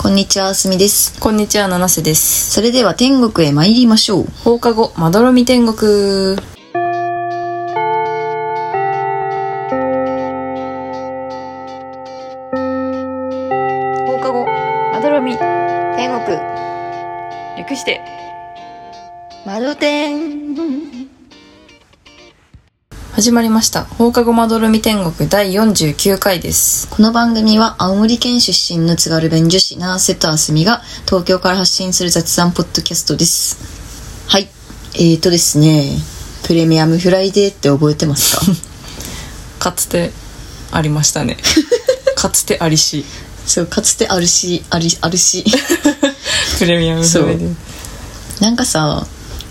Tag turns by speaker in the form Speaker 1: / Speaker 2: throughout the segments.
Speaker 1: こんにちは、あすみです。
Speaker 2: こんにちは、七瀬です。
Speaker 1: それでは天国へ参りましょう。
Speaker 2: 放課後、まどろみ天国。放課後、まどろみ、
Speaker 1: 天国、
Speaker 2: 略して。
Speaker 1: 窓天。
Speaker 2: 始まりました。放課後まどろみ天国第49回です。
Speaker 1: この番組は青森県出身の津軽弁女子、七瀬とあすみが東京から発信する雑談ポッドキャストです。はい。えーとですね、プレミアムフライデーって覚えてます か
Speaker 2: かつて、ありま したね。かつてありし、
Speaker 1: そう、かつてあるし、あるし、あるし。
Speaker 2: プレミアム
Speaker 1: そう
Speaker 2: フライデー
Speaker 1: なんかさ、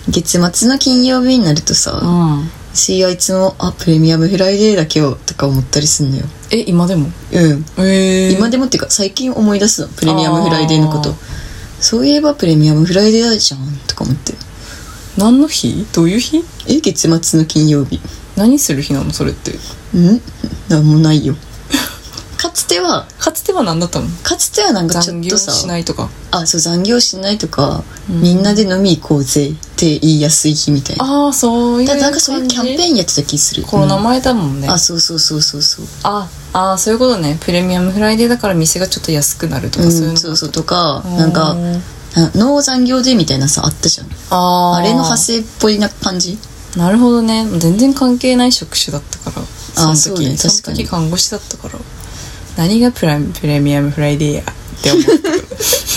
Speaker 1: 月末の金曜日になるとさ、
Speaker 2: うん。
Speaker 1: 私はいつも、あ、プレミアムフライデーだけをとか思ったりすんのよ。
Speaker 2: え、今でも
Speaker 1: うん。
Speaker 2: え
Speaker 1: 今でもっていうか最近思い出すのプレミアムフライデーのこ
Speaker 2: あ
Speaker 1: と
Speaker 2: ー
Speaker 1: そういえばプレミアムフライデーじゃんとか思って
Speaker 2: 何の日どういう日
Speaker 1: え月末の金曜日
Speaker 2: 何する日なのそれって。
Speaker 1: んなんもない よかつては
Speaker 2: かつては何だったの
Speaker 1: かつてはなんかちょ
Speaker 2: 残
Speaker 1: っ
Speaker 2: 業
Speaker 1: と
Speaker 2: し
Speaker 1: さ
Speaker 2: ないとか
Speaker 1: あそう残業しないとか、
Speaker 2: うん
Speaker 1: みんなで飲み行こうぜって言いやすい日みたいな
Speaker 2: ああそういう
Speaker 1: だ
Speaker 2: 感じ
Speaker 1: なんかそういうキャンペーンやってた気する
Speaker 2: コロナ前だもんね、
Speaker 1: うん
Speaker 2: あ
Speaker 1: あそうそうそうそうそう、
Speaker 2: ああーそういうことねプレミアムフライデーだから店がちょっと安くなるとか、そういううんの
Speaker 1: そうそうとか
Speaker 2: うん
Speaker 1: なんかなノー残業でみたいなさあったじゃん
Speaker 2: あー
Speaker 1: あれの派生っぽいな感じ
Speaker 2: なるほどね全然関係ない職種だったからその
Speaker 1: ー
Speaker 2: 時
Speaker 1: そうね確
Speaker 2: そ
Speaker 1: か
Speaker 2: の
Speaker 1: に
Speaker 2: 時看護師だったから何がプラプレミアムフライデーやって 思う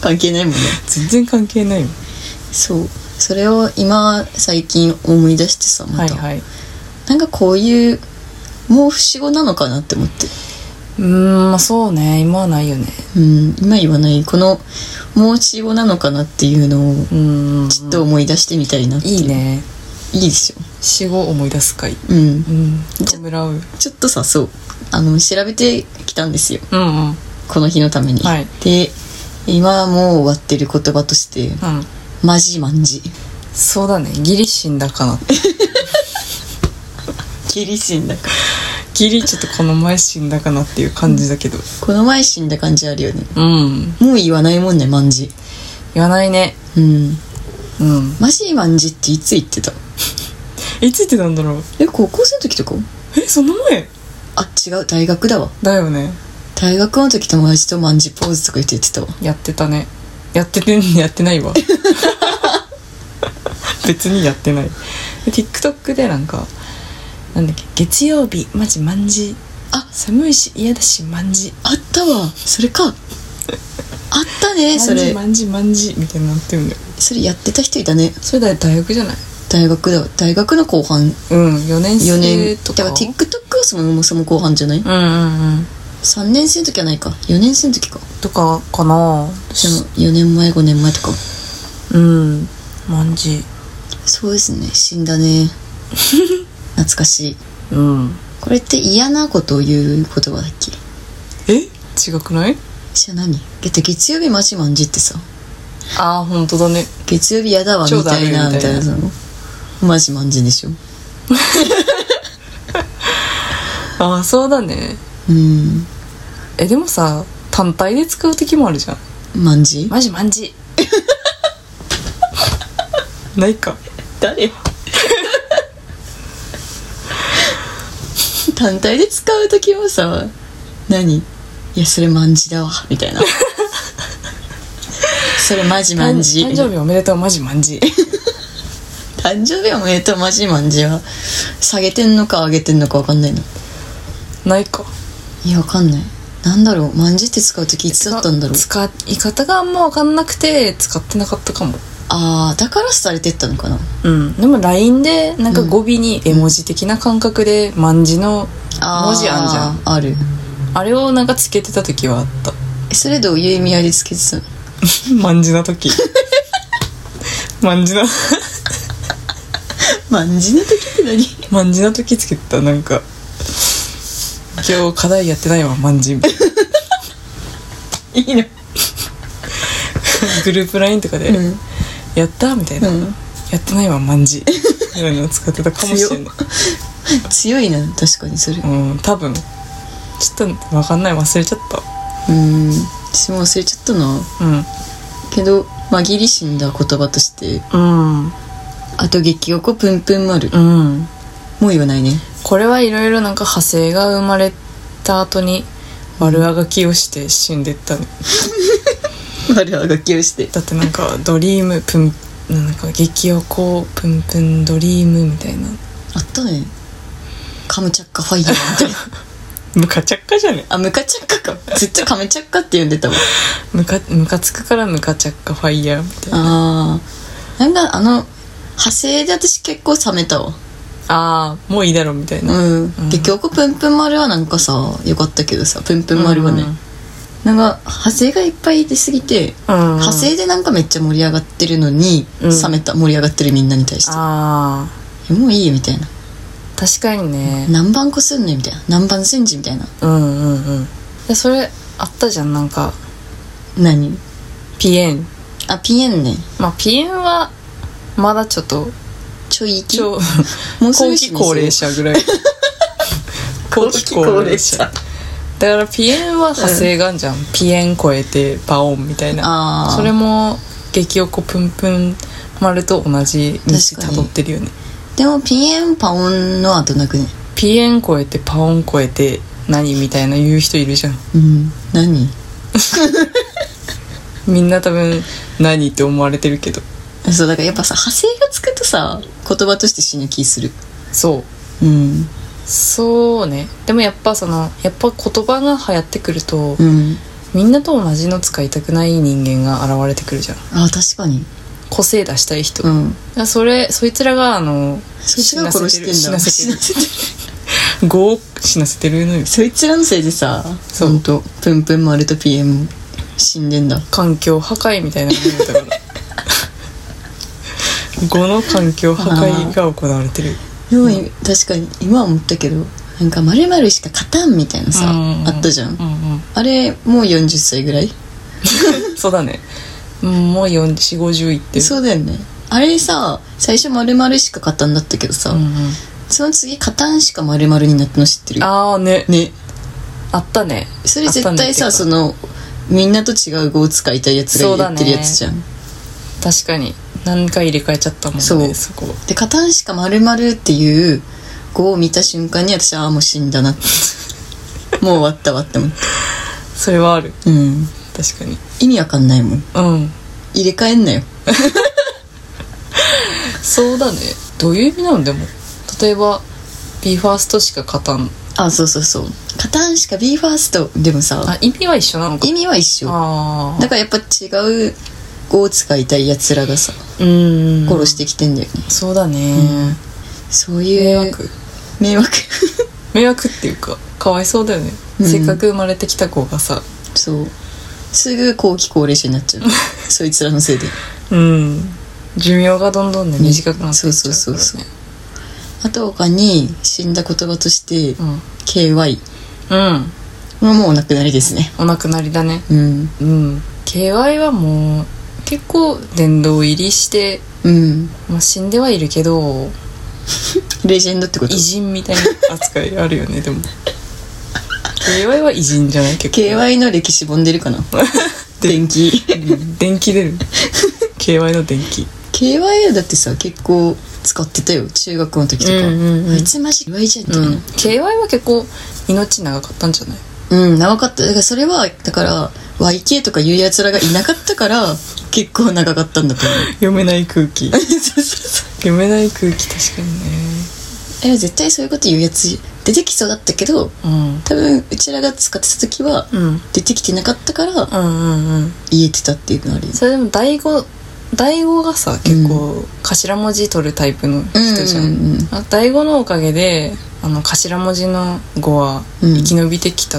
Speaker 1: 関係ないもんね
Speaker 2: 全然関係ないよ
Speaker 1: そうそれを今最近思い出してさ
Speaker 2: は
Speaker 1: ま
Speaker 2: い
Speaker 1: た、
Speaker 2: はい
Speaker 1: なんかこういうもう不死語なのかなって思って、
Speaker 2: うーんまあそうね今はないよね
Speaker 1: うん、今言わないこのもう死語なのかなっていうのを
Speaker 2: うーん
Speaker 1: ちょっと思い出してみたいなっていう
Speaker 2: いいね
Speaker 1: いいですよ、
Speaker 2: 死後思い出す会
Speaker 1: うん
Speaker 2: う、ん弔ううん
Speaker 1: ちょっとさそうあの調べてきたんですよ
Speaker 2: うんうん
Speaker 1: この日のために、
Speaker 2: はい
Speaker 1: で今もう終わってる言葉として「マジマン ジ
Speaker 2: そうだねギリシンだかな」
Speaker 1: ギリシンだから
Speaker 2: ギリちょっとこの前死んだかなっていう感じだけど
Speaker 1: この前死んだ感じあるよね
Speaker 2: うん
Speaker 1: もう言わないもんねマンジ
Speaker 2: 言わないね
Speaker 1: うん
Speaker 2: うん
Speaker 1: マジマンジっていつ言ってた
Speaker 2: いついてたんだろう
Speaker 1: え高校生の時とか
Speaker 2: えそんな前
Speaker 1: あ違う大学だわ
Speaker 2: だよね
Speaker 1: 大学の時友達とマンジポーズとか言って言ってたわ
Speaker 2: やってたねやってて やってないわ別にやってないで TikTok でなんかなんだっけ月曜日マジマンジ
Speaker 1: あ
Speaker 2: 寒いし嫌だしマンジ
Speaker 1: あったわそれ かあったねそれ
Speaker 2: マンジマンジマンジみたいになってるんだよ
Speaker 1: それやってた人いたね
Speaker 2: それだよ大学じゃない
Speaker 1: 大学だわ大学の後半
Speaker 2: うん4年
Speaker 1: 4
Speaker 2: 生
Speaker 1: 年
Speaker 2: と
Speaker 1: だ
Speaker 2: か
Speaker 1: から TikTok はそもそも後半じゃない
Speaker 2: うんうんうん
Speaker 1: 3年生の時はないか4年生の時か
Speaker 2: とかかな
Speaker 1: じゃあ4年前5年前とか
Speaker 2: うんまんじ
Speaker 1: そうですね死んだ ね懐かしい
Speaker 2: うん
Speaker 1: これって嫌なことを言う言葉だっけ
Speaker 2: え違くない
Speaker 1: じゃあ何だって月曜日マジマンジってさ
Speaker 2: ああ本当だね
Speaker 1: 月曜日やだわみたいな
Speaker 2: ちょ
Speaker 1: み
Speaker 2: うど
Speaker 1: た
Speaker 2: ある
Speaker 1: い
Speaker 2: みた
Speaker 1: なのマジマンジでしょ
Speaker 2: ああそうだね
Speaker 1: うん
Speaker 2: えでもさ単体で使う時もあるじゃん
Speaker 1: マンジ
Speaker 2: マジマンジ ないか
Speaker 1: 誰 単体で使う時もさ何いやそれマンジだわみ たいなそれマジマンジ
Speaker 2: 誕生日おめでとうマジマン ジ
Speaker 1: 誕生日おめでとうマジマンジは下げてんのか上げてんのか分かんないの
Speaker 2: ないか
Speaker 1: いや分かんないなんだろうマンジって使う時いつだったんだろう
Speaker 2: 使い方があんま分かんなくて使ってなかったかも
Speaker 1: ああだから廃れてったのかな
Speaker 2: うんでも LINE でなんか語尾に絵文字的な感覚でマンジの
Speaker 1: あー
Speaker 2: 文字あんじゃん
Speaker 1: ある
Speaker 2: あれをなんかつけてた時はあ った
Speaker 1: えそれどういう意味合いでつけてたの
Speaker 2: まんじな 時まんじな
Speaker 1: マンジの時って何
Speaker 2: まんじな時つけてたなんか今日課題やってないわまん じみたいない
Speaker 1: いの
Speaker 2: グループ LINE とかで、
Speaker 1: うん
Speaker 2: やったみたいな、
Speaker 1: うん
Speaker 2: やってないわま んじみたいなの使ってたかもしれない
Speaker 1: 強いな確かにそれう
Speaker 2: うん多分ちょっと分かんない忘れちゃった
Speaker 1: ーん私も忘れちゃったな
Speaker 2: うん
Speaker 1: けど紛り死んだ言葉として
Speaker 2: うん
Speaker 1: あと激おこぷんぷん丸
Speaker 2: うん
Speaker 1: もう言わないね
Speaker 2: これはいろいろなんか派生が生まれた後に悪あがきをして死んでったね
Speaker 1: 我はがきをして
Speaker 2: だってなんかドリームプンなんか激おこプンプンドリームみたいな
Speaker 1: あったねカムチャッカファイヤーみたいな
Speaker 2: ムカチャッカじゃね
Speaker 1: あムカチャッカかずっとカムチャッカって呼んでたわ
Speaker 2: ムカムカつくからムカチャッカファイヤーみたいな
Speaker 1: あーなんかあの派生で私結構冷めたわ
Speaker 2: ああもういいだろみたいな、
Speaker 1: うんで京子ぷんぷん丸はなんかさよかったけどさぷんぷん丸はね、
Speaker 2: うん
Speaker 1: なんか派生がいっぱい出すぎて、派生でなんかめっちゃ盛り上がってるのに、
Speaker 2: うん
Speaker 1: 冷めた盛り上がってるみんなに対して
Speaker 2: あ
Speaker 1: もういいよみたいな
Speaker 2: ー確かにね
Speaker 1: 何番こすんねんみたいな何番煎じみたいな
Speaker 2: うんうんうんでそれあったじゃんなんか
Speaker 1: 何
Speaker 2: ピエン
Speaker 1: あピエンね
Speaker 2: まあピエンはまだちょっと
Speaker 1: ちょいき
Speaker 2: 超
Speaker 1: もうす
Speaker 2: 後
Speaker 1: ぐ死
Speaker 2: 期
Speaker 1: にそう
Speaker 2: 高齢者ぐら い後期高齢者だからピエンは派生がんじゃん、ピエン超えてパオンみたい
Speaker 1: あ
Speaker 2: な
Speaker 1: ー
Speaker 2: それも激おこぷんぷん丸と同じ道
Speaker 1: 確かに
Speaker 2: 辿ってるよね
Speaker 1: でもピエンパオンの後なくね
Speaker 2: ピエン超えてパオン超えて何みたいな言う人いるじゃん
Speaker 1: うん何
Speaker 2: みんな多分何って思われてるけど
Speaker 1: そうだからやっぱさ派生がつくとさ言葉として死ぬ気する
Speaker 2: そう
Speaker 1: うん
Speaker 2: そうねでもやっぱそのやっぱ言葉が流行ってくると、
Speaker 1: うん
Speaker 2: みんなと同じの使いたくない人間が現れてくるじゃん
Speaker 1: あ確かに
Speaker 2: 個性出したい人、
Speaker 1: う
Speaker 2: だか
Speaker 1: ん
Speaker 2: らそれそいつらがあの
Speaker 1: そいつら殺してんだ
Speaker 2: 死なせてる死な
Speaker 1: 死
Speaker 2: せ
Speaker 1: なせてる
Speaker 2: てる業を死なせてるのよ
Speaker 1: そいつらのせいでさ
Speaker 2: そう
Speaker 1: ほんとプンプン丸とピエンも死んでんだ
Speaker 2: 環境破壊みたいなものだ から語の環境破壊が行われてる
Speaker 1: でも、確かに今は思ったけどなんか「まるしか勝たん」みたいなさ、
Speaker 2: うん
Speaker 1: あったじゃん、
Speaker 2: うん
Speaker 1: あれもう40歳ぐらい
Speaker 2: うんそうだねうんもう4050いってる
Speaker 1: そうだよねあれさ最初「まるしか勝たん」だったけどさ、
Speaker 2: うんうん
Speaker 1: その次「勝たん」しか「まるになったの知ってる
Speaker 2: ああね
Speaker 1: ね
Speaker 2: あったね
Speaker 1: それ絶対
Speaker 2: あ
Speaker 1: さ
Speaker 2: った
Speaker 1: そ
Speaker 2: ね
Speaker 1: のみんなと違う語を使いたいやつが
Speaker 2: そうだ
Speaker 1: 言
Speaker 2: ね
Speaker 1: ってるやつじゃん、
Speaker 2: 確かに何回入れ替えちゃったもんね
Speaker 1: そう
Speaker 2: そこ
Speaker 1: で「勝たん」しか「まるっていう語を見た瞬間に私ああもう死ん だなってもう終わったわって思っ
Speaker 2: それはある
Speaker 1: たうん
Speaker 2: 確かに
Speaker 1: 意味わかんないもん
Speaker 2: うん
Speaker 1: 入れ替えんなよ
Speaker 2: そうだねどういう意味なんでも例えば b ファーストしか勝たん
Speaker 1: あそうそうそうカタンしか b ファーストでもさ
Speaker 2: あ意味は一緒なのか
Speaker 1: 意味は一緒
Speaker 2: あ
Speaker 1: だからやっぱ違う語を使いたいやつらがさ
Speaker 2: あうん
Speaker 1: 殺してきてんだよね、
Speaker 2: そうだね、
Speaker 1: そういう
Speaker 2: 迷惑
Speaker 1: 迷惑
Speaker 2: 迷惑っていうかかわいそうだよね、
Speaker 1: うん
Speaker 2: せっかく生まれてきた子がさ
Speaker 1: そうすぐ後期高齢者になっちゃ うそいつらのせいで
Speaker 2: うん寿命がどんどんね短くなっていっち
Speaker 1: そうそ
Speaker 2: ゃうから、ね、
Speaker 1: うそうそうあと他に死んだ言葉として
Speaker 2: うん、
Speaker 1: KY
Speaker 2: うん、
Speaker 1: これはもうお亡くなりですね
Speaker 2: お亡くなりだね
Speaker 1: うん
Speaker 2: うん、KY はもう結構殿堂入りして、
Speaker 1: うん
Speaker 2: まあ、死んではいるけど
Speaker 1: レジェンドってこと
Speaker 2: 偉人みたいな扱いあるよねでも KY は偉人じゃない結
Speaker 1: KY の歴史ぼんでるかな 電気
Speaker 2: 構電気出る KY の電気
Speaker 1: KY だってさ結構使ってたよ中学の時とか、
Speaker 2: うんうんうん
Speaker 1: あいつマジ KY じゃんみたい
Speaker 2: KY は結構命長かったんじゃない
Speaker 1: なうん長かっただからそれはだから YK とかいうやつらがいなかったから結構長かったんだと思う
Speaker 2: 読めない空 気
Speaker 1: そうそうそう
Speaker 2: 読めない空気確かに
Speaker 1: え絶対そういうこと言うやつ出てきそうだったけど
Speaker 2: ね
Speaker 1: 多分うちらが使ってた時は
Speaker 2: うんうん
Speaker 1: 出てきてなかったから
Speaker 2: うんうんうん
Speaker 1: 言えてたっていうのあるよね
Speaker 2: それでも第五第五がさ結構頭文字取るタイプの人じゃん,、
Speaker 1: うんうんうん
Speaker 2: あ第五のおかげであの頭文字の語は
Speaker 1: うん
Speaker 2: 生き延びてきた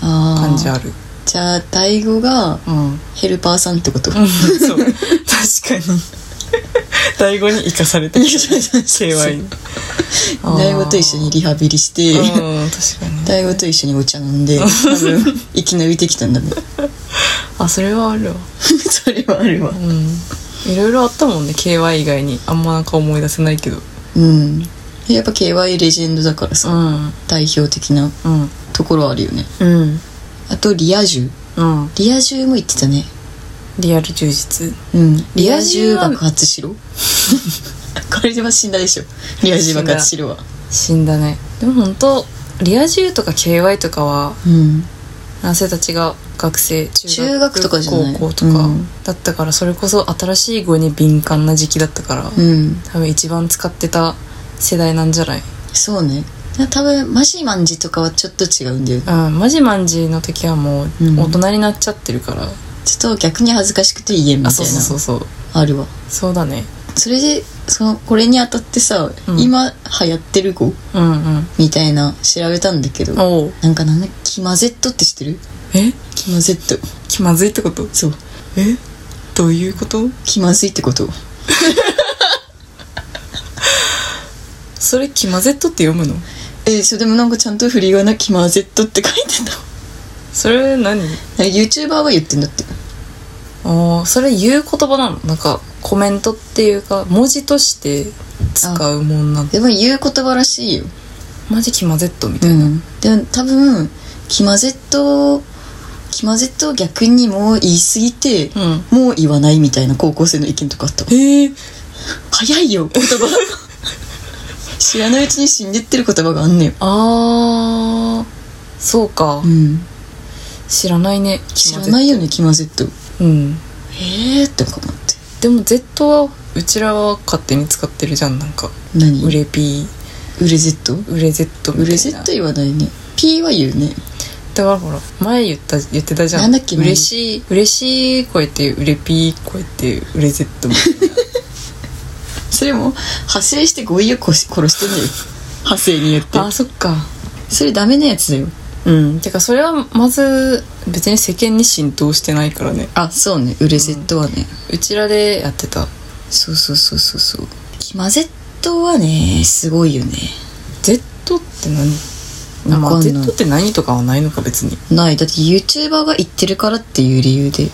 Speaker 1: あー
Speaker 2: 感じある
Speaker 1: じゃあ第五が
Speaker 2: うん、
Speaker 1: ヘルパーさんって こと、
Speaker 2: そう確か に第五に生かされてきた KY に
Speaker 1: 第五と一緒にリハビリして
Speaker 2: うん確かに
Speaker 1: 大悟と一緒にお茶飲んで多 分生き延びてきたんだね
Speaker 2: あそれはあるわ
Speaker 1: それはあるわ
Speaker 2: うんいろいろあったもんね KY 以外にあんまなんか思い出せないけど
Speaker 1: うんやっぱ KY レジェンドだからさ、
Speaker 2: ん
Speaker 1: 代表的な
Speaker 2: うん
Speaker 1: ところあるよね
Speaker 2: うん
Speaker 1: あとリア充
Speaker 2: うんうん
Speaker 1: リア充も言ってたね
Speaker 2: リアル充実
Speaker 1: うんリ
Speaker 2: リ
Speaker 1: ア
Speaker 2: ア
Speaker 1: 充
Speaker 2: 充は
Speaker 1: 爆発し ろこれでも死んだでしょリア充爆発しろは
Speaker 2: 死んだねでも本当リア充とか KY とかは
Speaker 1: うん
Speaker 2: 男性たちが学生中学
Speaker 1: 中学とかじゃない
Speaker 2: 高校とか、
Speaker 1: うん
Speaker 2: だったからそれこそ新しい語に敏感な時期だったから、
Speaker 1: うん
Speaker 2: 多分一番使ってた世代なんじゃない
Speaker 1: そうね多分マジマンジとかはちょっと違うんだよ
Speaker 2: うんマジマンジの時はもう
Speaker 1: うん
Speaker 2: 大人になっちゃってるから、
Speaker 1: ちょっと逆に恥ずかしくて言えんみた
Speaker 2: あ
Speaker 1: いな
Speaker 2: そうそうそうそう
Speaker 1: あるわ
Speaker 2: そうだね
Speaker 1: それでそのこれにあたってさ、
Speaker 2: うん
Speaker 1: 今流行ってる子
Speaker 2: うんうん
Speaker 1: みたいな調べたんだけど
Speaker 2: おう
Speaker 1: なんかなんだキマゼットって知ってる
Speaker 2: え
Speaker 1: キマゼット
Speaker 2: 気まずいってこと
Speaker 1: そう
Speaker 2: えどういうこと
Speaker 1: 気まずいってこと
Speaker 2: それ気まぜっとって読むの
Speaker 1: えー、それでもなんかちゃんと振り仮名キマゼットって書いて
Speaker 2: それ何
Speaker 1: た YouTuber は言ってんだって
Speaker 2: ああそれ言う言葉なのなんかコメントっていうか文字として使うもんなんだ
Speaker 1: でも言う言葉らしいよ
Speaker 2: マジ気まぜっとみたいな、
Speaker 1: うんでも多分キマゼットキマゼットを逆にもう言い過ぎて、
Speaker 2: うん
Speaker 1: もう言わないみたいな高校生の意見とかあった
Speaker 2: へえ
Speaker 1: 早いよ言 葉知らないうちに死んでってる言葉があんねよ
Speaker 2: あーそうか、
Speaker 1: うん
Speaker 2: 知らないね
Speaker 1: 知らないいよねキマゼット
Speaker 2: うん
Speaker 1: ええー、とか思って
Speaker 2: でも Z はうちらは勝手に使ってるじゃんなんか
Speaker 1: 何
Speaker 2: 売れ P
Speaker 1: 売れ Z?
Speaker 2: 売れ Z みたいな
Speaker 1: 売れ Z 言わないね P は言うね
Speaker 2: だからほら前言った言ってたじゃん
Speaker 1: なんだっけ
Speaker 2: 嬉しい嬉しい声って売れ P 声って売れ Z みたいな
Speaker 1: それも派生して語彙をこし殺してんだよ 派生によって
Speaker 2: あーそっか
Speaker 1: それダメなやつだよ
Speaker 2: うんてかそれはまず別に世間に浸透してないからね
Speaker 1: あそうね売れ Z はね、
Speaker 2: うちらでやってた
Speaker 1: そうそうそうそうそうキマ Z はねすごいよね
Speaker 2: Z って何ま
Speaker 1: わか
Speaker 2: あ、
Speaker 1: んない
Speaker 2: Z って何とかはないのか別に
Speaker 1: ないだって YouTuber が言ってるからっていう理由で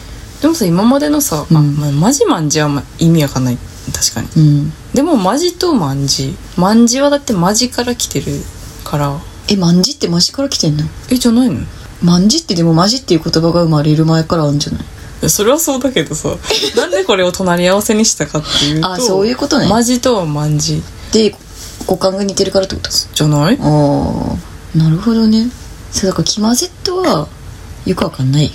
Speaker 2: でもさ今までのさ、
Speaker 1: うん
Speaker 2: あまあ、マジマンジはまあ意味わかんない確かに
Speaker 1: うん
Speaker 2: でもマジとマンジマンジはだってマジから来てるから
Speaker 1: えマンジってマジから来てんの
Speaker 2: えじゃないの
Speaker 1: マンジってでもマジっていう言葉が生まれる前からあるんじゃない
Speaker 2: いやそれはそうだ けどさなんでこれを隣り合わせにしたかっていうと
Speaker 1: あそういうことね
Speaker 2: マジとはマンジ
Speaker 1: で五感が似てるからってこと
Speaker 2: じゃない
Speaker 1: ああなるほどねそうだからキマゼットはよくわかんない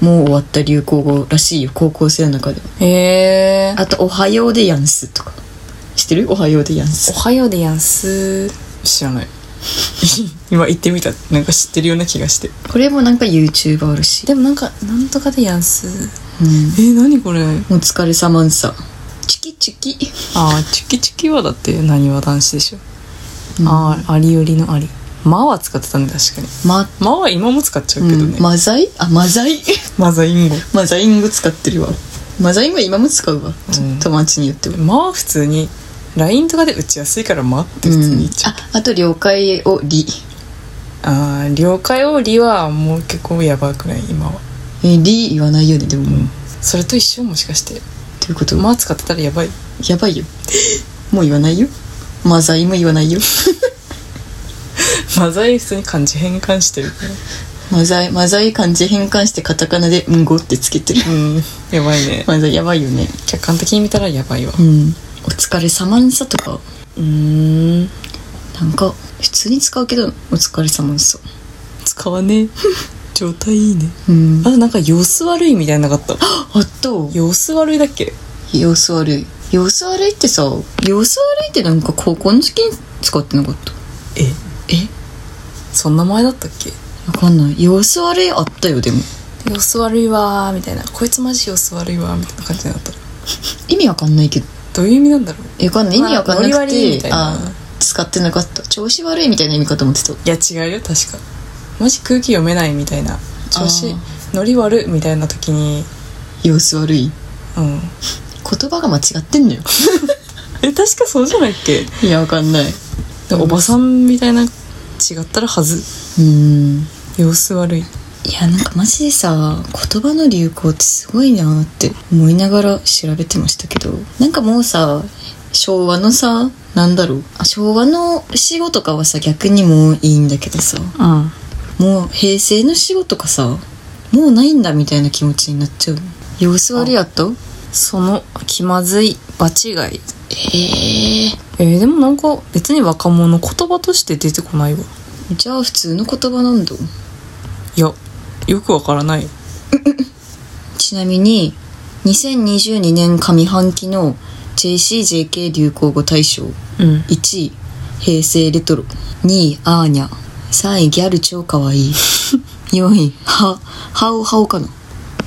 Speaker 1: もう終わった流行語らしいよ高校生の中では
Speaker 2: へえ
Speaker 1: あと「おはようでやんす」とか知ってる「おはようでやん
Speaker 2: お
Speaker 1: す
Speaker 2: はようでやんす知らない 今言ってみたなんか知ってるような気がして」
Speaker 1: これもなんか YouTuber らしい、
Speaker 2: でもなんかなんとかでやんす
Speaker 1: うん、
Speaker 2: え何これ
Speaker 1: お疲れ様んさチキチキ
Speaker 2: あーチキチキはだってなにわ男子でしょ、
Speaker 1: うん
Speaker 2: あーありよりのありまは使ってたね確かに
Speaker 1: ま
Speaker 2: まは今も使っちゃ
Speaker 1: う
Speaker 2: うけどね、
Speaker 1: ん、マザイあマザイ
Speaker 2: まずは隠語
Speaker 1: マザイン語使ってるわマザイン語今も使うわちょっと友達によっては、
Speaker 2: まは普通に LINE とかで打ちやすいからまって
Speaker 1: う
Speaker 2: 普通に
Speaker 1: ん
Speaker 2: 言っちゃう、
Speaker 1: ああと了解を「り」
Speaker 2: ああ了解をりはもう結構やばくない今は、
Speaker 1: え「り」言わないよねでも、ど
Speaker 2: それと一緒もしかして
Speaker 1: ういうこと
Speaker 2: まあ使ってたらやばい
Speaker 1: やばいよ。 もう言わないよ。マザイも言わないよ。
Speaker 2: マザイ普通に漢字変換してるか
Speaker 1: マザイ、マザイ漢字変換してカタカナで、うんごってつけてる。
Speaker 2: らうんやばいね
Speaker 1: マザイやばいよね。
Speaker 2: 客観的に見たらやばいわ
Speaker 1: うん。お疲れ様んさとか、
Speaker 2: うん
Speaker 1: なんか、普通に使うけど、お疲れ様んさ。
Speaker 2: 使わねえ状態いいね
Speaker 1: うん。
Speaker 2: あとなんか様子悪いみたいなのなかった
Speaker 1: あと、
Speaker 2: 様子悪いだっけ
Speaker 1: 様子悪い。様子悪いってさ、様子悪いってなんか高校の時に使ってなかった。
Speaker 2: え
Speaker 1: え
Speaker 2: そんな前だったっけ
Speaker 1: わかんない。様子悪いあったよ、でも。
Speaker 2: 様子悪いわーみたいなこいつマジ様子悪いわーみたいな感じになった
Speaker 1: 意味わかんないけど。
Speaker 2: どういう意味なんだろう
Speaker 1: えわかんない。意味わかんな
Speaker 2: まあ
Speaker 1: く
Speaker 2: ノリ悪いみ
Speaker 1: て
Speaker 2: た、いな
Speaker 1: あ、使ってなかった。調子悪いみたいな意味かと思ってた。
Speaker 2: いや違うよ確かマジ空気読めないみたいな調
Speaker 1: あ
Speaker 2: 子ノリ悪みたいな時に
Speaker 1: 様子悪い。
Speaker 2: うん
Speaker 1: 言葉が間違ってんのよ
Speaker 2: え確かそうじゃないっけ
Speaker 1: いやわかんない
Speaker 2: おばさんみたいな違ったらはず
Speaker 1: うん
Speaker 2: 様子悪い
Speaker 1: いやなんかマジでさ言葉の流行ってすごいなって思いながら調べてましたけどなんかもうさ昭和のさなんだろうあ昭和の死後とかはさ逆にもういいんだけどさ
Speaker 2: うん
Speaker 1: もう平成の死後とかさもうないんだみたいな気持ちになっちゃう様子悪いやった
Speaker 2: その気まずい場違い
Speaker 1: ええ
Speaker 2: えー、でもなんか別に若者言葉として出てこないわ
Speaker 1: じゃあ普通の言葉なんだ
Speaker 2: いやよくわからない
Speaker 1: ちなみに2022年上半期の JCJK 流行語大賞
Speaker 2: うん
Speaker 1: 1位平成レトロ2位アーニャ3位ギャル超かわ いい4位はハオハオかな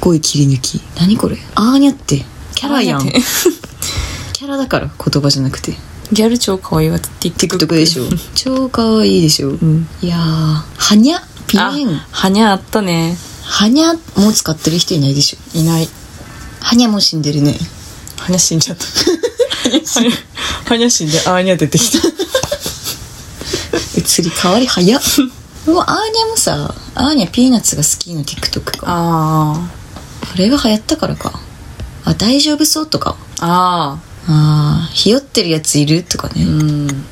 Speaker 1: 5位切り抜き何これアーニャってキャラやん
Speaker 2: アーニ
Speaker 1: キャラだから言葉じゃなくて
Speaker 2: ギャル超可愛いわって TikTok
Speaker 1: TikTok でしょ超かわいいでしょ、
Speaker 2: うん
Speaker 1: いやーはにゃピエ
Speaker 2: あ
Speaker 1: ン
Speaker 2: はにゃあったね
Speaker 1: はにゃもう使ってる人いないでしょ
Speaker 2: いない
Speaker 1: はにゃも死んでるね
Speaker 2: はにゃ死んじゃった はにゃ死んであーにゃ出てきた
Speaker 1: 移り変わり早っ もうアーニャもさアーニャピーナッツが好きな TikTok か
Speaker 2: あ
Speaker 1: これが流行ったからかあ大丈夫そうとか
Speaker 2: ああ
Speaker 1: あーひよってるやついるとかね、
Speaker 2: あうん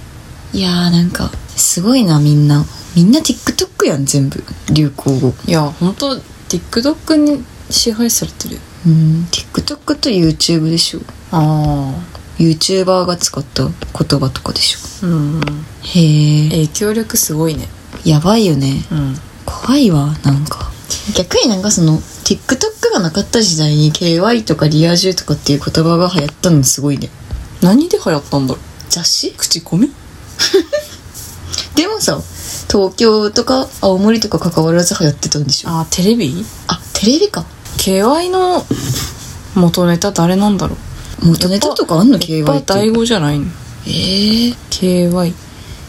Speaker 1: いやーなんかすごいなみんなみんな TikTok やん全部流行語
Speaker 2: いや本当 TikTok に支配されてる
Speaker 1: うん TikTok と YouTube でしょ
Speaker 2: あ
Speaker 1: YouTuber が使った言葉とかでしょ
Speaker 2: あうん
Speaker 1: へえ
Speaker 2: 影響力すごいね
Speaker 1: やばいよね
Speaker 2: うん
Speaker 1: 怖いわなんか逆になんかその TikTok がなかった時代に KY とかリア充とかっていう言葉が流行ったのすごいね
Speaker 2: 何で流行ったんだろう
Speaker 1: 雑誌
Speaker 2: 口コミ
Speaker 1: でもさ東京とか青森とか関わらず流行ってたんでしょあ
Speaker 2: ああテレビ
Speaker 1: テレビか
Speaker 2: KY の元ネタ誰なんだろう
Speaker 1: 元ネタとかあんの
Speaker 2: やっぱ
Speaker 1: KY って
Speaker 2: 大悟じゃないの
Speaker 1: ええ
Speaker 2: KY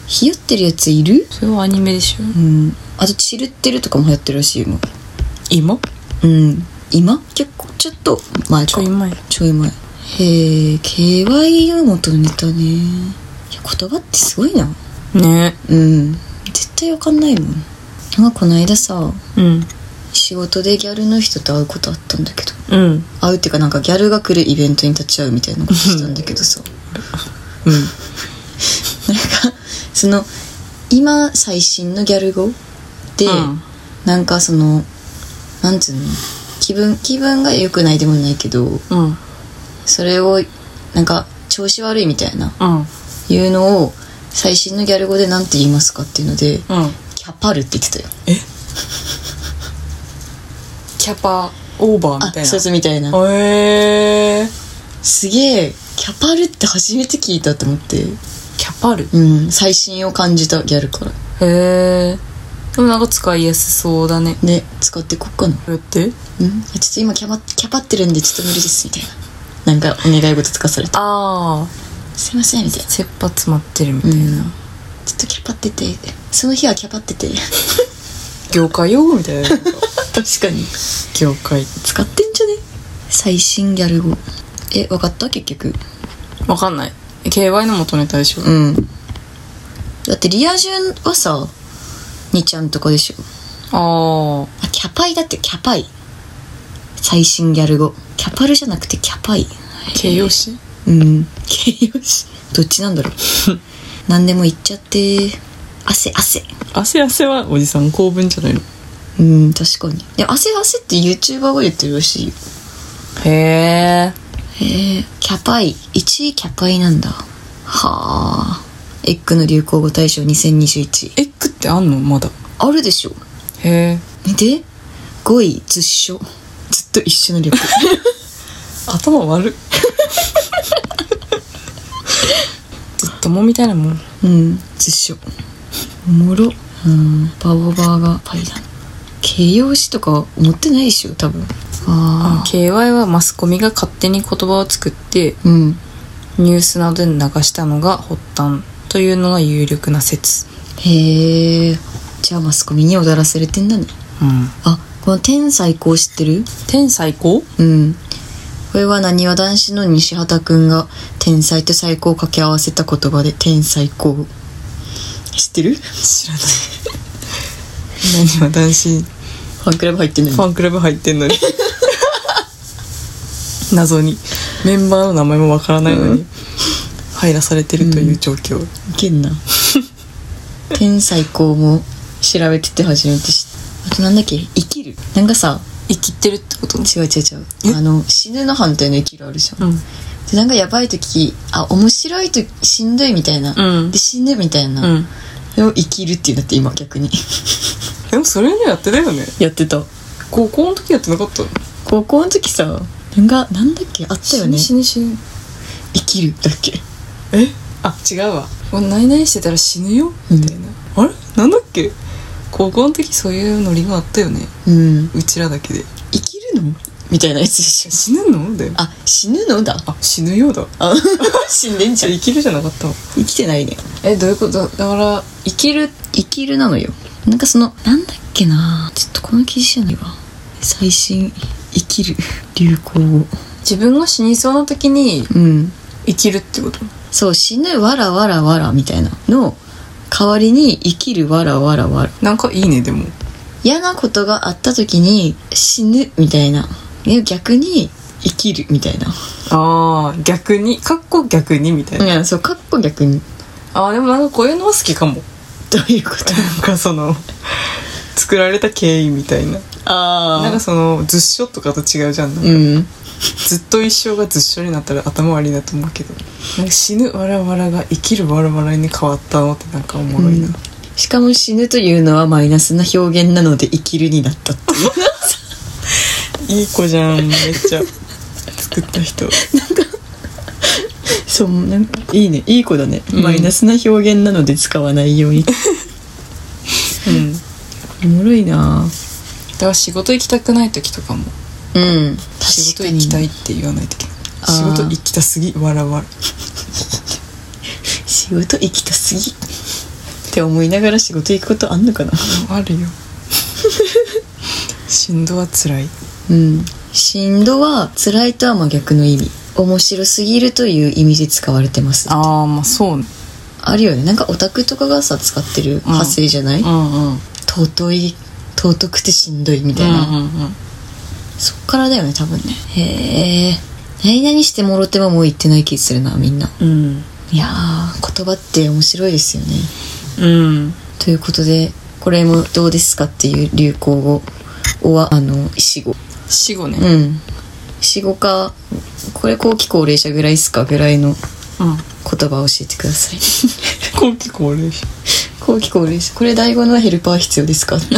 Speaker 1: ひよってるやついる
Speaker 2: それはアニメでしょ
Speaker 1: うんあと「チルってる」とかも流行ってるらしいよ今
Speaker 2: 今
Speaker 1: うん今結構ちょっと前か
Speaker 2: ちょい前
Speaker 1: ちょい前へえ KY の元ネタねいや言葉ってすごいな
Speaker 2: ね
Speaker 1: うん絶対わかんないもんなんかこの間さ
Speaker 2: うん
Speaker 1: 仕事でギャルの人と会うことあったんだけど
Speaker 2: うんうん
Speaker 1: 会うっていうかなんかギャルが来るイベントに立ち会うみたいなことしたんだけどさなんかその今最新のギャル語で、
Speaker 2: うん
Speaker 1: なんかそのなんつうの気分気分が良くないでもないけど
Speaker 2: うん
Speaker 1: それをなんか調子悪いみたいな
Speaker 2: うん
Speaker 1: いうのを最新のギャル語でなんて言いますかっていうので、
Speaker 2: うん
Speaker 1: キャパるって言ってたよ
Speaker 2: キャパオーバーみた
Speaker 1: あ
Speaker 2: い
Speaker 1: そうそうみたいな
Speaker 2: なへえ
Speaker 1: すげえキャパルって初めて聞いたと思って
Speaker 2: キャパル
Speaker 1: うん最新を感じたギャルから
Speaker 2: へえでもなんか使いやすそうだね
Speaker 1: ね使ってこっかな
Speaker 2: こうやって
Speaker 1: うんいやちょっと今キャパキャパってるんでちょっと無理ですみたいななんかお願い事とかされた
Speaker 2: ああ
Speaker 1: すいませんみたいな
Speaker 2: 切羽詰まってるみた
Speaker 1: う
Speaker 2: いな、
Speaker 1: んちょっとキャパっててその日はキャパってて
Speaker 2: 業界用語みたいな
Speaker 1: 確かに
Speaker 2: 業界
Speaker 1: 使ってんじゃね最新ギャル語えわかった結局
Speaker 2: わかんない KY の元ネタでしょ
Speaker 1: うんだってリア充はさにちゃんとかでしょ
Speaker 2: あ
Speaker 1: あキャパイだってキャパイ最新ギャル語キャパルじゃなくてキャパイ
Speaker 2: あ形容詞
Speaker 1: うん 形容詞どっちなんだろう何でも言っちゃって汗汗
Speaker 2: 汗汗はおじさん公文じゃないの
Speaker 1: うん確かにで汗汗って YouTuber が言ってるらしいよ
Speaker 2: へえ
Speaker 1: へえキャパイ1位キャパイなんだはあエッグの流行語大賞2021
Speaker 2: エッグってあんのまだ
Speaker 1: あるでしょ
Speaker 2: へえ
Speaker 1: で5位ずっしょずっと一緒の略
Speaker 2: 頭悪っずっともみたいなもん
Speaker 1: うんずっしょおもろうんバオバーがパイだ形容詞とか思ってないでしょ多分あ
Speaker 2: KY はマスコミが勝手に言葉を作って
Speaker 1: あうん
Speaker 2: ニュースなどで流したのが発端というのが有力な説
Speaker 1: へえじゃあマスコミに踊らされてんだね
Speaker 2: うん
Speaker 1: あこの「天才こう知ってる
Speaker 2: 天最高
Speaker 1: うんこれはなにわ男子の西畑くんが天才と最高を掛け合わせた言葉で天才こう知ってる
Speaker 2: 知らない何は男子
Speaker 1: ファンクラブ入ってんのに
Speaker 2: ファンクラブ入ってんのに 謎にメンバーの名前もわからないのに入らされてるという状況、
Speaker 1: いけ んな天才こうも調べてて初めて知ったあとなんだっけ生きるなんかさ
Speaker 2: 生きてるってこと
Speaker 1: 違う違う違うあの死ぬの反対の生きるあるじゃん、
Speaker 2: うん
Speaker 1: でなんかやばい時あ面白い時しんどいみたいな、
Speaker 2: うん
Speaker 1: で死ぬみたいな、
Speaker 2: うん
Speaker 1: でも生きるっていうのって今逆に
Speaker 2: でもそれねやってたよね
Speaker 1: やってた
Speaker 2: 高校の時やってなかった
Speaker 1: 高校の時さなんかなんだっけあったよね
Speaker 2: 死ぬ死ぬ死ぬ
Speaker 1: 生きるだっけ
Speaker 2: えあ違うわもうないないしてたら死ぬよみたいな、あれなんだっけ高校の時そういうノリがあったよね
Speaker 1: うん
Speaker 2: うちらだけで
Speaker 1: 生きるのみたいなやつでしょ
Speaker 2: 死ぬのだよ
Speaker 1: あ死ぬのだ
Speaker 2: あ死ぬようだ
Speaker 1: あ 死んでん
Speaker 2: じ
Speaker 1: じ
Speaker 2: ゃ
Speaker 1: ゃ
Speaker 2: あ
Speaker 1: ん
Speaker 2: 生きるじゃなかったわ
Speaker 1: 生きてないね
Speaker 2: えどういうことだから
Speaker 1: 生きる生きるなのよなんかそのなんだっけなちょっとこの記事じゃないわ最新生きる流行語
Speaker 2: 自分が死にそうな時に
Speaker 1: うん
Speaker 2: 生きるってこと
Speaker 1: そう死ぬわらわらわらみたいなの代わりに生きるわらわらわら
Speaker 2: なんかいいねでも
Speaker 1: 嫌なことがあった時に死ぬみたいなで逆に生きるみたいな
Speaker 2: ああ逆にかっこ逆にみたいな、
Speaker 1: いやそうかっこ逆に
Speaker 2: ああでもなんかこういうのは好きかも
Speaker 1: どういうこと
Speaker 2: なんかその作られた経緯みたいな
Speaker 1: あ
Speaker 2: なんかその図書とかと違うじゃ
Speaker 1: う
Speaker 2: ん、
Speaker 1: ん
Speaker 2: ずっと一生がずっしょになったら頭悪いなと思うけどなんか死ぬわらわらが生きるわらわらに変わったのってなんかおもろいな、
Speaker 1: うんしかも死ぬというのはマイナスな表現なので生きるにな ったっていう
Speaker 2: いい子じゃんめっち ゃ作った人
Speaker 1: そうなんかいいねいい子だね、
Speaker 2: うん
Speaker 1: マイナスな表現なので使わないように
Speaker 2: うん
Speaker 1: おもろいな
Speaker 2: だから仕事行きたくない時とかも
Speaker 1: うん
Speaker 2: 仕事行きたいって言わないといけない
Speaker 1: あ
Speaker 2: 仕
Speaker 1: ー
Speaker 2: 事行きたすぎわらわら
Speaker 1: 仕事行きたすぎって思いながら仕事行くことあんのかな
Speaker 2: あるよ しんどはつらい
Speaker 1: うんしんどは辛いとは真逆の意味面白すぎるという意味で使われてますあ
Speaker 2: ああまあそうね
Speaker 1: るよねなんかオタクとかがさ使ってる派生じゃない、
Speaker 2: うんうん
Speaker 1: 尊い尊くてしんどいみたいな、
Speaker 2: うんうんうん
Speaker 1: そっからだよね多分ねへえ何々してもろてももう言ってない気するなみんな
Speaker 2: うん
Speaker 1: いやー言葉って面白いですよね
Speaker 2: うん
Speaker 1: ということでこれもどうですかっていう流行語はあの死語
Speaker 2: 死後ね
Speaker 1: うん死語かこれ後期高齢者ぐらいっすかぐらいの
Speaker 2: うん
Speaker 1: 言葉を教えてください
Speaker 2: 後期高齢者
Speaker 1: 後期高齢者 これ第五のヘルパー必要ですか 確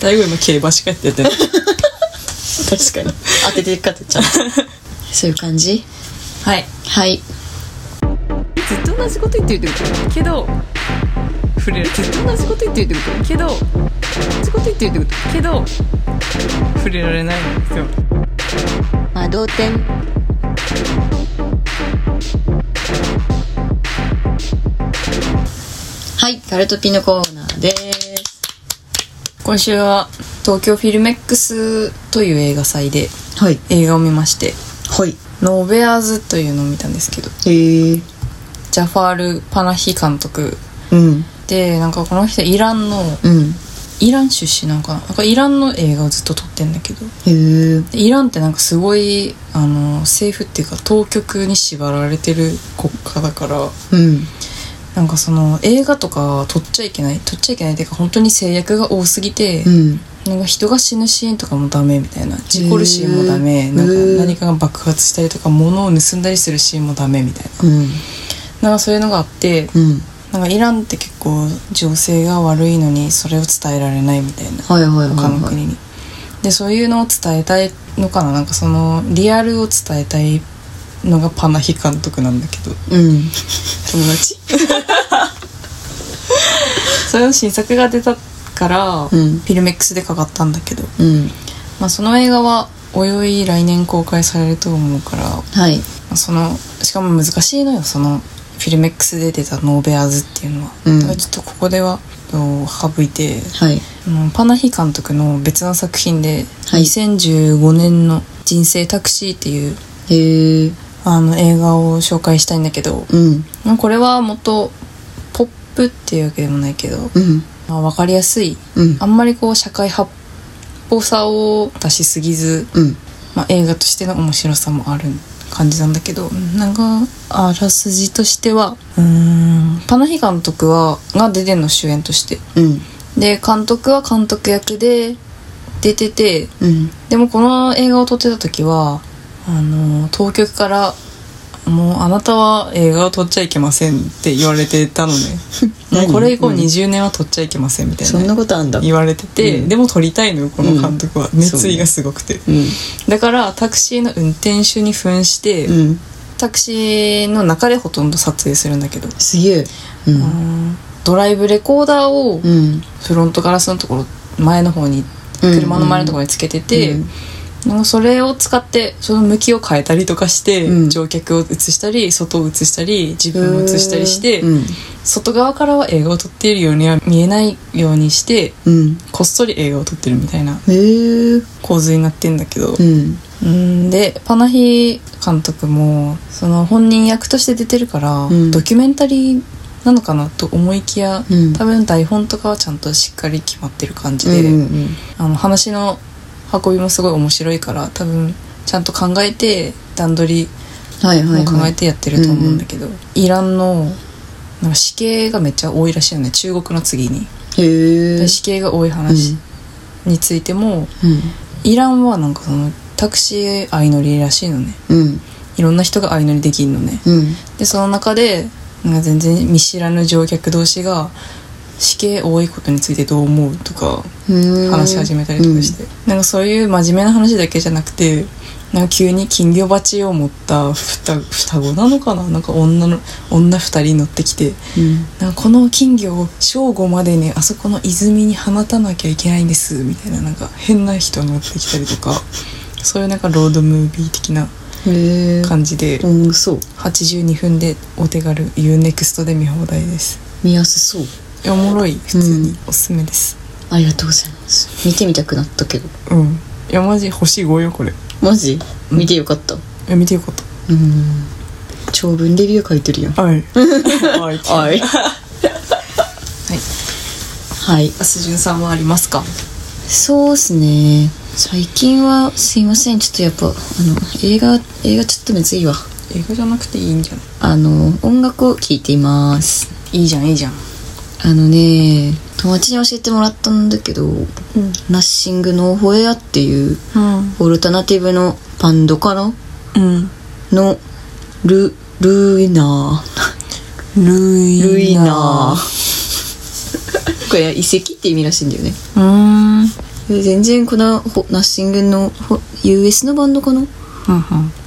Speaker 2: 大悟今競馬しかやってない
Speaker 1: かに 当ててるかってちゃんと そういう感じ
Speaker 2: はい
Speaker 1: はい
Speaker 2: ずっと同じこと言ってるってことけど触れるずっと同じこと言ってるってことけど同じこと言ってるってことけど触れられないんですよ
Speaker 1: 窓点はいタルトピのコーナーです
Speaker 2: 今週は東京フィルメックスという映画祭で
Speaker 1: はい
Speaker 2: 映画を見まして
Speaker 1: はい
Speaker 2: ノーベアーズというのを見たんですけど
Speaker 1: へえ
Speaker 2: ジャファール・パナヒ監督
Speaker 1: うん
Speaker 2: でなんかこの人イランの
Speaker 1: うん
Speaker 2: イラン出身なんかななんかイランの映画をずっと撮ってんだけど
Speaker 1: へえ
Speaker 2: でイランってなんかすごいあの政府っていうか当局に縛られてる国家だから
Speaker 1: うん
Speaker 2: なんかその映画とか撮っちゃいけない撮っちゃいけないっていうか本当に制約が多すぎて、
Speaker 1: うん
Speaker 2: なんか人が死ぬシーンとかもダメみたいな事故るシーンもダメ
Speaker 1: へー
Speaker 2: なんか
Speaker 1: へー
Speaker 2: 何かが爆発したりとか物を盗んだりするシーンもダメみたいな
Speaker 1: うん
Speaker 2: なんかそういうのがあって
Speaker 1: うん
Speaker 2: なんかイランって結構情勢が悪いのにそれを伝えられないみたいな
Speaker 1: はいはいはい
Speaker 2: 他の
Speaker 1: はい
Speaker 2: 国に。でそういうのを伝えたいのかななんかそのリアルを伝えたいのがパナヒ監督なんだけど
Speaker 1: うん
Speaker 2: 友 達 それの新作が出たから、
Speaker 1: うん
Speaker 2: フィルメックスでかかったんだけど、
Speaker 1: うん
Speaker 2: まあ、その映画はおよい来年公開されると思うから、ま
Speaker 1: はい
Speaker 2: あそのしかも難しいのよそのフィルメックスで出た「ノーベアーズ」っていうのは、
Speaker 1: うん
Speaker 2: だからちょっとここではと省いて
Speaker 1: はい
Speaker 2: あのパナヒ監督の別の作品で、
Speaker 1: はい
Speaker 2: 2015年の「人生タクシー」っていう
Speaker 1: へえ
Speaker 2: あの映画を紹介したいんだけど、
Speaker 1: うん
Speaker 2: まあこれは元ポップっていうわけでもないけど、
Speaker 1: うん
Speaker 2: まあ、分かりやすい
Speaker 1: うん
Speaker 2: あんまりこう社会派っぽさを出しすぎず、
Speaker 1: うん
Speaker 2: まあ、映画としての面白さもある感じなんだけどなんかあらすじとしてはうーんパナヒ監督はが出てんの主演として
Speaker 1: うん
Speaker 2: で監督は監督役で出てて
Speaker 1: うん
Speaker 2: でもこの映画を撮ってた時はあの当局から「もうあなたは映画を撮っちゃいけません」って言われてたの ねもうこれ以降
Speaker 1: 何
Speaker 2: 20年は撮っちゃいけませんみたい
Speaker 1: そん
Speaker 2: な
Speaker 1: なことあんだ
Speaker 2: 言われてて、
Speaker 1: うん
Speaker 2: でも撮りたいのよこの監督は、
Speaker 1: うん
Speaker 2: 熱意がすごくて、
Speaker 1: うん
Speaker 2: だからタクシーの運転手に扮して、
Speaker 1: うん
Speaker 2: タクシーの中でほとんど撮影するんだけど、
Speaker 1: すげえうん
Speaker 2: ドライブレコーダーを
Speaker 1: うん
Speaker 2: フロントガラスのところ前の方に車の前のところにつけてて、
Speaker 1: うん
Speaker 2: なんかそれを使ってその向きを変えたりとかして、
Speaker 1: うん
Speaker 2: 乗客を映したり外を映したり自分を映したりして、
Speaker 1: うん
Speaker 2: 外側からは映画を撮っているようには見えないようにして
Speaker 1: うん
Speaker 2: こっそり映画を撮ってるみたいな
Speaker 1: へえ
Speaker 2: 構図になってんだけど、
Speaker 1: うん
Speaker 2: うんでパナヒ監督もその本人役として出てるから、
Speaker 1: ん
Speaker 2: ドキュメンタリーなのかなと思いきや、
Speaker 1: うん
Speaker 2: 多分台本とかはちゃんとしっかり決まってる感じ
Speaker 1: うん
Speaker 2: で、
Speaker 1: うん
Speaker 2: あの話の運びもすごい面白いから多分ちゃんと考えて段取り
Speaker 1: はいは
Speaker 2: も
Speaker 1: い
Speaker 2: 考
Speaker 1: は
Speaker 2: え
Speaker 1: い
Speaker 2: てやってると思うんだけど、イランのなんか死刑がめっちゃ多いらしいよね中国の次に、
Speaker 1: へえ
Speaker 2: 死刑が多い話についても、
Speaker 1: うん
Speaker 2: イランはなんかそのタクシー相乗りらしいのね
Speaker 1: うん
Speaker 2: いろんな人が相乗りできんのね
Speaker 1: うん
Speaker 2: でその中でなんか全然見知らぬ乗客同士が死刑多いことについてどう思うとか
Speaker 1: うん
Speaker 2: 話し始めたりとかして、なんかそういう真面目な話だけじゃなくてなんか急に金魚鉢を持った双双子なのかななんか女の女2人乗ってきて
Speaker 1: うん
Speaker 2: なんかこの金魚を正午までにあそこの泉に放たなきゃいけないんですみたいななんか変な人乗ってきたりとかそういうなんかロードムービー的な
Speaker 1: うんへえ
Speaker 2: 感じで
Speaker 1: うんそう
Speaker 2: 82分でお手軽 UNEXT で見放題です
Speaker 1: 見やすそう
Speaker 2: いやおもろい普通
Speaker 1: う
Speaker 2: に
Speaker 1: ん
Speaker 2: おすすめです
Speaker 1: ありがとうございます見てみたくなったけど
Speaker 2: うん、いやマジ星5よこれい
Speaker 1: マジ
Speaker 2: うん
Speaker 1: 見てよかった
Speaker 2: や見てよかった
Speaker 1: うん長文レビュー書いてるやん
Speaker 2: はい はい
Speaker 1: はい
Speaker 2: はい
Speaker 1: はい
Speaker 2: あすじゅんさんはありますか
Speaker 1: そうっすね最近はすいませんちょっとやっぱあの映画映画ちょっとむずいわ
Speaker 2: 映画じゃなくていいんじゃな
Speaker 1: あの音楽を聴いています
Speaker 2: いいいじゃんいいじゃん
Speaker 1: あのね友達に教えてもらったんだけど
Speaker 2: うん
Speaker 1: ナッシングノーホエアっていう
Speaker 2: うん
Speaker 1: オルタナティブのバンドかな
Speaker 2: うん
Speaker 1: のルルーナ
Speaker 2: ルイ
Speaker 1: ールイナ
Speaker 2: ナ
Speaker 1: ー これ遺跡って意味らしいんだよね
Speaker 2: うーん
Speaker 1: 全然このほナッシングのほ US のバンドかな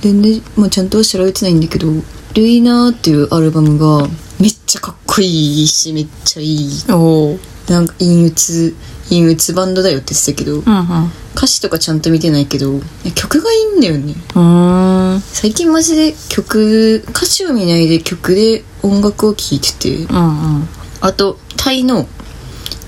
Speaker 1: 全然、まあ、ちゃんとは調べてないんだけど「ルイナー」っていうアルバムがめっちゃかっこいいしめっちゃいい
Speaker 2: おー
Speaker 1: なんか陰鬱陰鬱バンドだよって言ってたけど
Speaker 2: うん
Speaker 1: 歌詞とかちゃんと見てないけど曲がいいんだよね
Speaker 2: うんうーん
Speaker 1: 最近マジで曲歌詞を見ないで曲で音楽を聴いてて
Speaker 2: うんうん
Speaker 1: あとタイの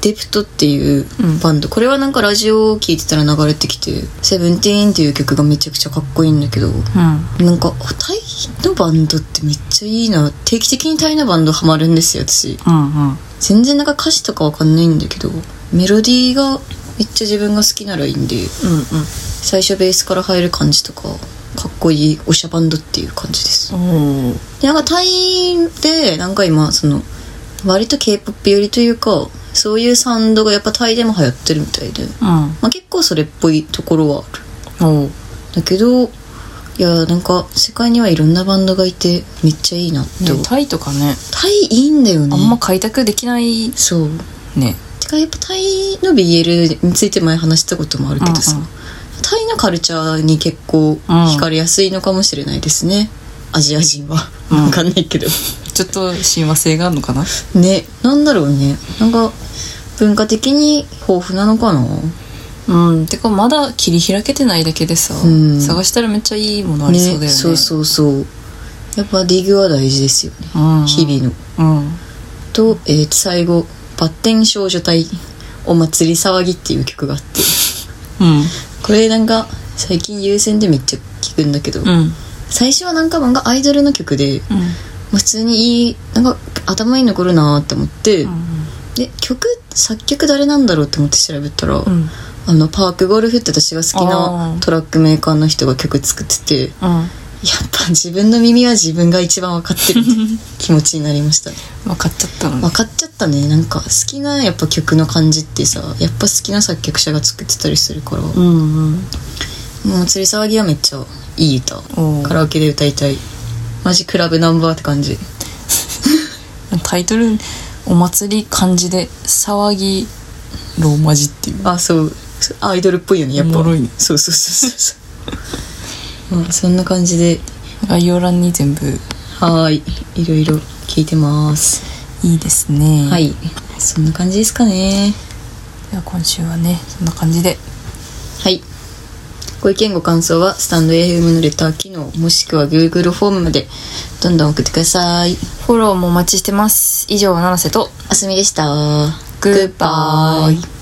Speaker 1: デプトっていうバンド、これはなんかラジオを聴いてたら流れてきて「セブンティーンっていう曲がめちゃくちゃかっこいいんだけど
Speaker 2: うん
Speaker 1: なんかタイのバンドってめっちゃいいな定期的にタイのバンドハマるんですよ私
Speaker 2: うんうん
Speaker 1: 全然なんか歌詞とかわかんないんだけどメロディーがめっちゃ自分が好きならいいんで最初ベースから入る感じとかかっこいいおしゃバンドっていう感じです
Speaker 2: うんうんおー
Speaker 1: でなんかタイでなんか今その割と k p o p 寄りというかそういうサウンドがやっぱタイでも流行ってるみたいで、
Speaker 2: うん
Speaker 1: まあ、結構それっぽいところはある
Speaker 2: おー
Speaker 1: だけどいやなんか世界にはいろんなバンドがいてめっちゃいいなって
Speaker 2: で
Speaker 1: 思う
Speaker 2: タイとかね
Speaker 1: タイいいんだよね
Speaker 2: あんま開拓できない
Speaker 1: そう
Speaker 2: ね
Speaker 1: てかやっぱタイの BL について前話したこともあるけどさ、
Speaker 2: うんうん
Speaker 1: タイのカルチャーに結構惹かれやすいのかもしれないですね、アジア人は
Speaker 2: うん
Speaker 1: 分かんないけど、
Speaker 2: ちょっと親和性があるのかな
Speaker 1: ねなんだろうねなんか文化的に豊富なのかな
Speaker 2: うんてかまだ切り開けてないだけでさ、
Speaker 1: うん
Speaker 2: 探したらめっちゃいいものありそうだよね
Speaker 1: そうそうそうやっぱディグは大事ですよね、
Speaker 2: うん、
Speaker 1: 日々の
Speaker 2: 々うん
Speaker 1: と、えー最後「バッテン少女隊お祭り騒ぎ」っていう曲があって
Speaker 2: うん
Speaker 1: これなんか最近優先でめっちゃ聴くんだけど、
Speaker 2: うん
Speaker 1: 最初はなんか漫画アイドルの曲で、まあ普通にいいなんか頭に残るなーって思って、で曲作曲誰なんだろうって思って調べたら、
Speaker 2: うん
Speaker 1: あのパークゴルフって私が好きな
Speaker 2: あー
Speaker 1: トラックメーカーの人が曲作ってて
Speaker 2: うん
Speaker 1: やっぱ自分の耳は自分が一番分かってる って気持ちになりましたね
Speaker 2: 分かっちゃったのね
Speaker 1: 分かっちゃったねなんか好きなやっぱ曲の感じってさやっぱ好きな作曲者が作ってたりするから、
Speaker 2: うんうん
Speaker 1: もう釣り騒ぎはめっちゃいい歌
Speaker 2: おー
Speaker 1: カラオケで歌いたいマジクラブナンバーって感じ
Speaker 2: タイトルお祭り漢字で騒ぎローマ字っていう
Speaker 1: あそうアイドルっぽいよねやっぱ
Speaker 2: おもろいね
Speaker 1: そうそうそうそうそうまあそんな感じで
Speaker 2: 概要欄に全部
Speaker 1: はーいいろいろ聞いてます、
Speaker 2: いいですね
Speaker 1: はいそんな感じですかね
Speaker 2: では今週はねそんな感じで
Speaker 1: はいご意見ご感想はスタンド FM のレター機能もしくは Google フォームまでどんどん送ってください
Speaker 2: フォローもお待ちしてます以上七瀬と
Speaker 1: あすみでした
Speaker 2: グッバイ